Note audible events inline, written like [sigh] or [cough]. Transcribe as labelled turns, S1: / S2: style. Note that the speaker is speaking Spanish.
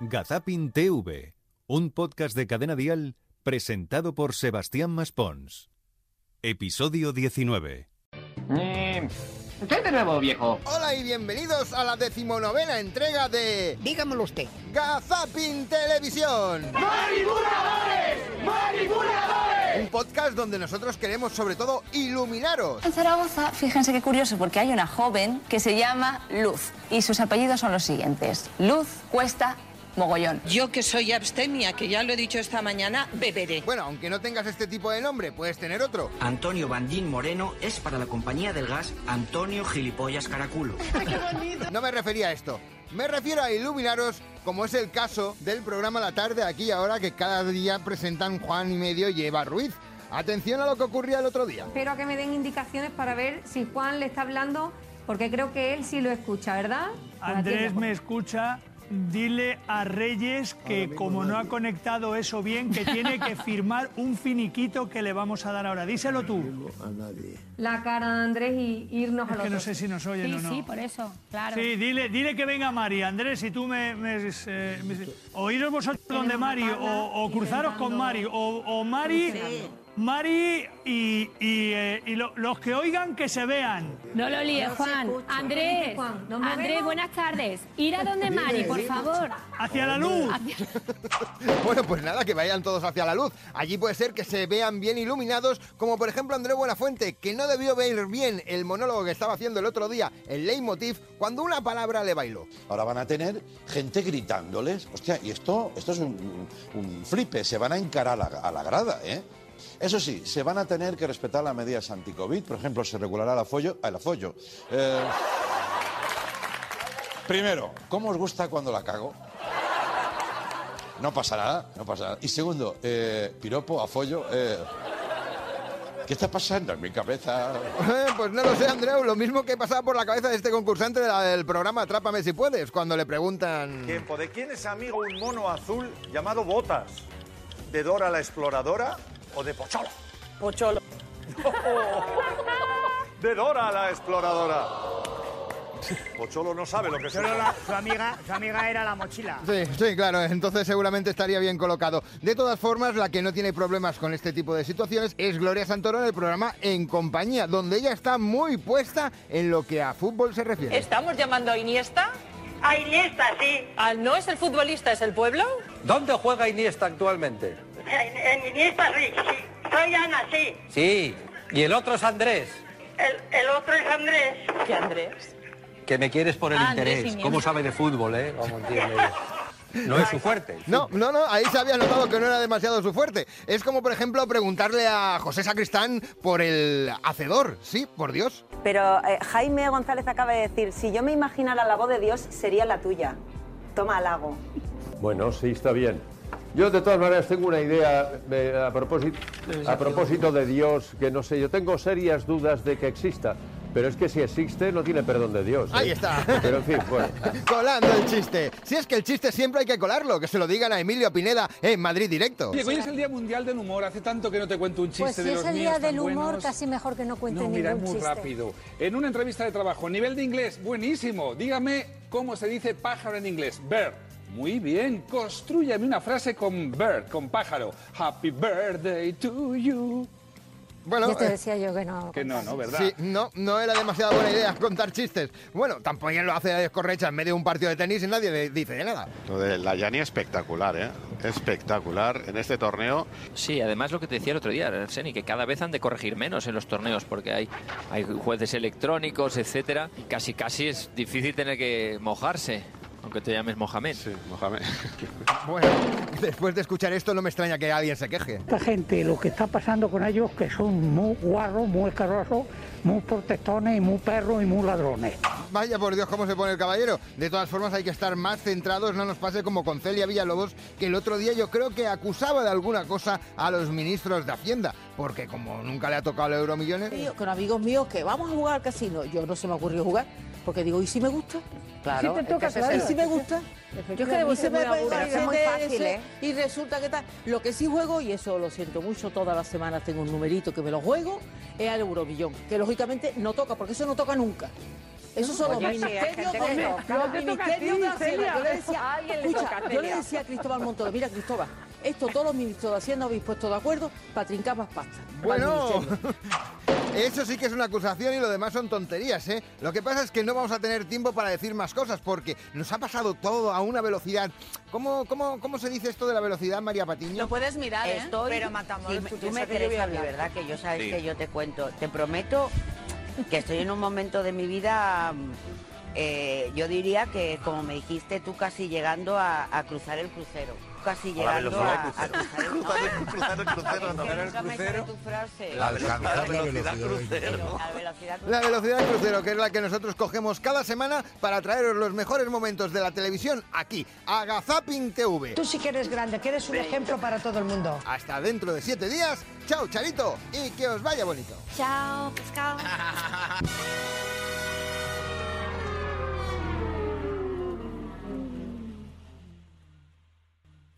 S1: Gazapin TV, un podcast de cadena dial presentado por Sebastián Maspons. Episodio 19.
S2: Eh, ¿Qué de nuevo, viejo?
S3: Hola y bienvenidos a la decimonovena entrega de
S4: Dígamelo usted.
S3: Gazapin Televisión. Un podcast donde nosotros queremos sobre todo iluminaros.
S5: En Zaragoza, fíjense qué curioso, porque hay una joven que se llama Luz y sus apellidos son los siguientes: Luz Cuesta Mogollón.
S6: Yo que soy abstemia, que ya lo he dicho esta mañana, beberé.
S3: Bueno, aunque no tengas este tipo de nombre, puedes tener otro.
S7: Antonio Bandín Moreno es para la compañía del gas Antonio Gilipollas Caraculo.
S3: No me refería a esto. Me refiero a iluminaros, como es el caso del programa La Tarde aquí y ahora que cada día presentan Juan y medio y Eva Ruiz. Atención a lo que ocurría el otro día.
S8: Espero que me den indicaciones para ver si Juan le está hablando, porque creo que él sí lo escucha, ¿verdad? Pues
S9: Ah,
S10: Andrés
S8: Atiende,
S10: me escucha. Dile a Reyes que como no ha conectado eso bien, que tiene [laughs] que firmar un finiquito que le vamos a dar ahora. Díselo tú.
S8: Juan. La cara de Andrés y irnos a
S10: Es
S8: los
S10: que no
S8: dos.
S10: sé si nos oyen
S9: Sí,
S10: o no.
S9: sí, por eso, claro.
S10: Sí, dile, dile que venga Mari, Andrés, si tú me... me- eh, me- o iros vosotros donde Mari, o, o cruzaros con Mari, o, o Mari... Mari y, y, eh, y lo- los que oigan que se vean.
S9: No lo líes, Juan.
S8: Vente,
S9: Andrés,
S8: Juan, nos
S9: Andrés,
S8: movemos.
S9: buenas tardes. Ir [laughs] a donde Mari, por favor.
S10: Hacia la luz.
S3: Bueno, pues nada, que vayan todos hacia la luz. Allí puede ser que se vean bien iluminados, como por ejemplo Andrés Buenafuente, que no debió ver bien el monólogo que estaba haciendo el otro día, el leitmotiv, cuando una palabra le bailó. [laughs]
S11: Ahora van a tener gente gritándoles. Hostia, y esto, esto es un, un- un flipe, se van a encarar a la, a la grada, ¿eh? Eso sí, se van a tener que respetar las medidas anti-COVID. Por ejemplo, se regulará el afollo. El afollo. Eh, primero, ¿cómo os gusta cuando la cago? No pasa nada, no pasa nada. Y segundo, eh, piropo, afollo. eh, ¿Qué está pasando en mi cabeza?
S3: Eh, Pues no lo sé, Andreu. Lo mismo que pasaba por la cabeza de este concursante de la- del programa Atrápame si puedes, cuando le preguntan.
S12: Tiempo. ¿De quién es amigo un mono azul llamado Botas? ¿De Dora la exploradora o de Pocholo?
S6: Pocholo.
S12: [laughs] De Dora la exploradora. Pocholo no sabe lo que es.
S4: su, amiga, su amiga era la mochila.
S3: Sí, sí, claro, entonces seguramente estaría bien colocado. De todas formas, la que no tiene problemas con este tipo de situaciones es Gloria Santoro en el programa En Compañía, donde ella está muy puesta en lo que a fútbol se refiere.
S6: ¿Estamos llamando a Iniesta?
S4: A Iniesta, sí.
S6: ¿Ah, ¿No es el futbolista, es el pueblo?
S7: ¿Dónde juega Iniesta actualmente?
S4: En, Iniesta, sí, Soy Ana, sí.
S7: Sí. Y el otro es Andrés,
S4: El, otro es Andrés.
S6: ¿Qué Andrés?
S7: que me quieres por el
S6: Ah, Andrés
S7: interés.
S6: Iniesta.
S7: ¿Cómo sabe de fútbol, eh? Vamos, entiendo yo. No es su fuerte.
S3: No, no, no, ahí se había notado que no era demasiado su fuerte. Es como, por ejemplo, preguntarle a José Sacristán por el hacedor, sí, por Dios.
S6: Pero eh, Jaime González acaba de decir, si yo me imaginara la voz de Dios, sería la tuya. Toma halago.
S12: Bueno, sí, está bien. Yo de todas maneras tengo una idea eh, a, propósito, a propósito de Dios que no sé, yo tengo serias dudas de que exista, pero es que si existe no tiene perdón de Dios.
S9: Pues
S12: ¿eh?
S3: Ahí está.
S12: Pero en fin, bueno.
S3: [laughs] Colando el chiste. Si es que el chiste siempre hay que colarlo, que se lo digan a Emilio Pineda en Madrid Directo.
S10: hoy es el Día Mundial del Humor. Hace tanto que no te cuento un chiste
S9: Pues si es el día del humor, casi mejor que no cuente
S10: No, mira, es
S9: ningún
S10: muy
S9: chiste.
S10: rápido. En una entrevista de trabajo, nivel de inglés, buenísimo. Dígame cómo se dice pájaro en inglés. Bird. Muy bien. Construyame una frase con bird, con pájaro. Happy birthday to you.
S3: Bueno,
S9: Ya te
S3: eh,
S9: decía yo que no.
S10: Que no, ¿no? ¿Verdad?
S3: Sí, no, no era demasiado buena idea contar chistes. Bueno, tampoco él lo hace a descorrecha en medio de un partido de tenis y nadie le dice nada.
S12: Lo de la Yani espectacular, ¿eh? Espectacular. En este torneo
S7: Sí, además lo que te decía el otro día, Arseni, que cada vez han de corregir menos en los torneos porque hay, hay jueces electrónicos, etcétera, y casi casi es difícil tener que mojarse, aunque te llames Mohamed.
S3: Bueno, [laughs] después de escuchar esto no me extraña que alguien se queje.
S4: Esta gente, lo que está pasando con ellos, que son muy guarros, muy escarosos, muy protestones, y muy perros y muy ladrones.
S3: Vaya por Dios cómo se pone el caballero. De todas formas hay que estar más centrados, no nos pase como con Celia Villalobos, que el otro día yo creo que acusaba de alguna cosa a los ministros de Hacienda, porque como nunca le ha tocado el euromillones...
S6: Con amigos míos que vamos a jugar al casino. Yo no se me ocurrió jugar, porque digo, ¿y si me gusta? Claro.
S9: te toca,
S6: es que ese es el-
S9: claro.
S6: ¿Y si me gusta? Yo es que debo ser muy aburrida.
S8: Pero es muy fácil, ¿eh?
S6: Y resulta que tal. Lo que sí juego, y eso lo siento mucho, todas las semanas tengo un numerito que me lo juego, es al Euromillón, que lógicamente no toca, porque eso no toca nunca.
S13: Eso solo
S14: Oye, sí, hay
S13: ministerio
S14: gente que
S13: de,
S14: no.
S13: los
S14: Pero te toca a
S13: ministerios
S14: ti,
S13: de Hacienda.
S14: Celia.
S13: Yo le decía,
S14: A alguien le
S13: escucha,
S14: toca,
S13: yo le
S14: Celia.
S13: decía a Cristóbal Montoro, Ah, mira Cristóbal, esto todos los ministros de Hacienda habéis puesto de acuerdo para trincar más pasta.
S3: Bueno, [laughs] eso sí que es una acusación y lo demás son tonterías, ¿eh? Lo que pasa es que no vamos a tener tiempo para decir más cosas porque nos ha pasado todo a una velocidad. ¿Cómo, cómo, cómo se dice esto de la velocidad, María Patiño? Lo
S15: puedes mirar,
S3: ¿eh?
S15: Estoy,
S3: Pero matamos
S15: y
S3: el
S15: me-
S3: futuro,
S15: Tú me
S3: sé que yo
S15: crees
S3: voy a
S15: a mí,
S3: hablar.
S15: ¿verdad? Que yo sabes
S3: Sí.
S15: que yo te cuento. Te prometo que estoy en un momento de mi vida, mm, eh, yo diría que como me dijiste tú, casi llegando a, a cruzar el crucero. Casi
S16: A la
S15: llegando
S16: velocidad
S15: a, a cruzar el
S16: Cruzar el crucero, no.
S15: Es que nunca me sale tu frase.
S16: La velocidad, la velocidad
S15: crucero.
S16: crucero.
S15: La velocidad
S3: La velocidad del crucero, que es la que nosotros cogemos cada semana para traeros los mejores momentos de la televisión aquí, a Gazapin TV.
S17: Tú sí que eres grande, que eres un ejemplo para todo el mundo.
S3: Hasta dentro de siete días. Chao, Charito, y que os vaya bonito.
S17: Chao, pescado.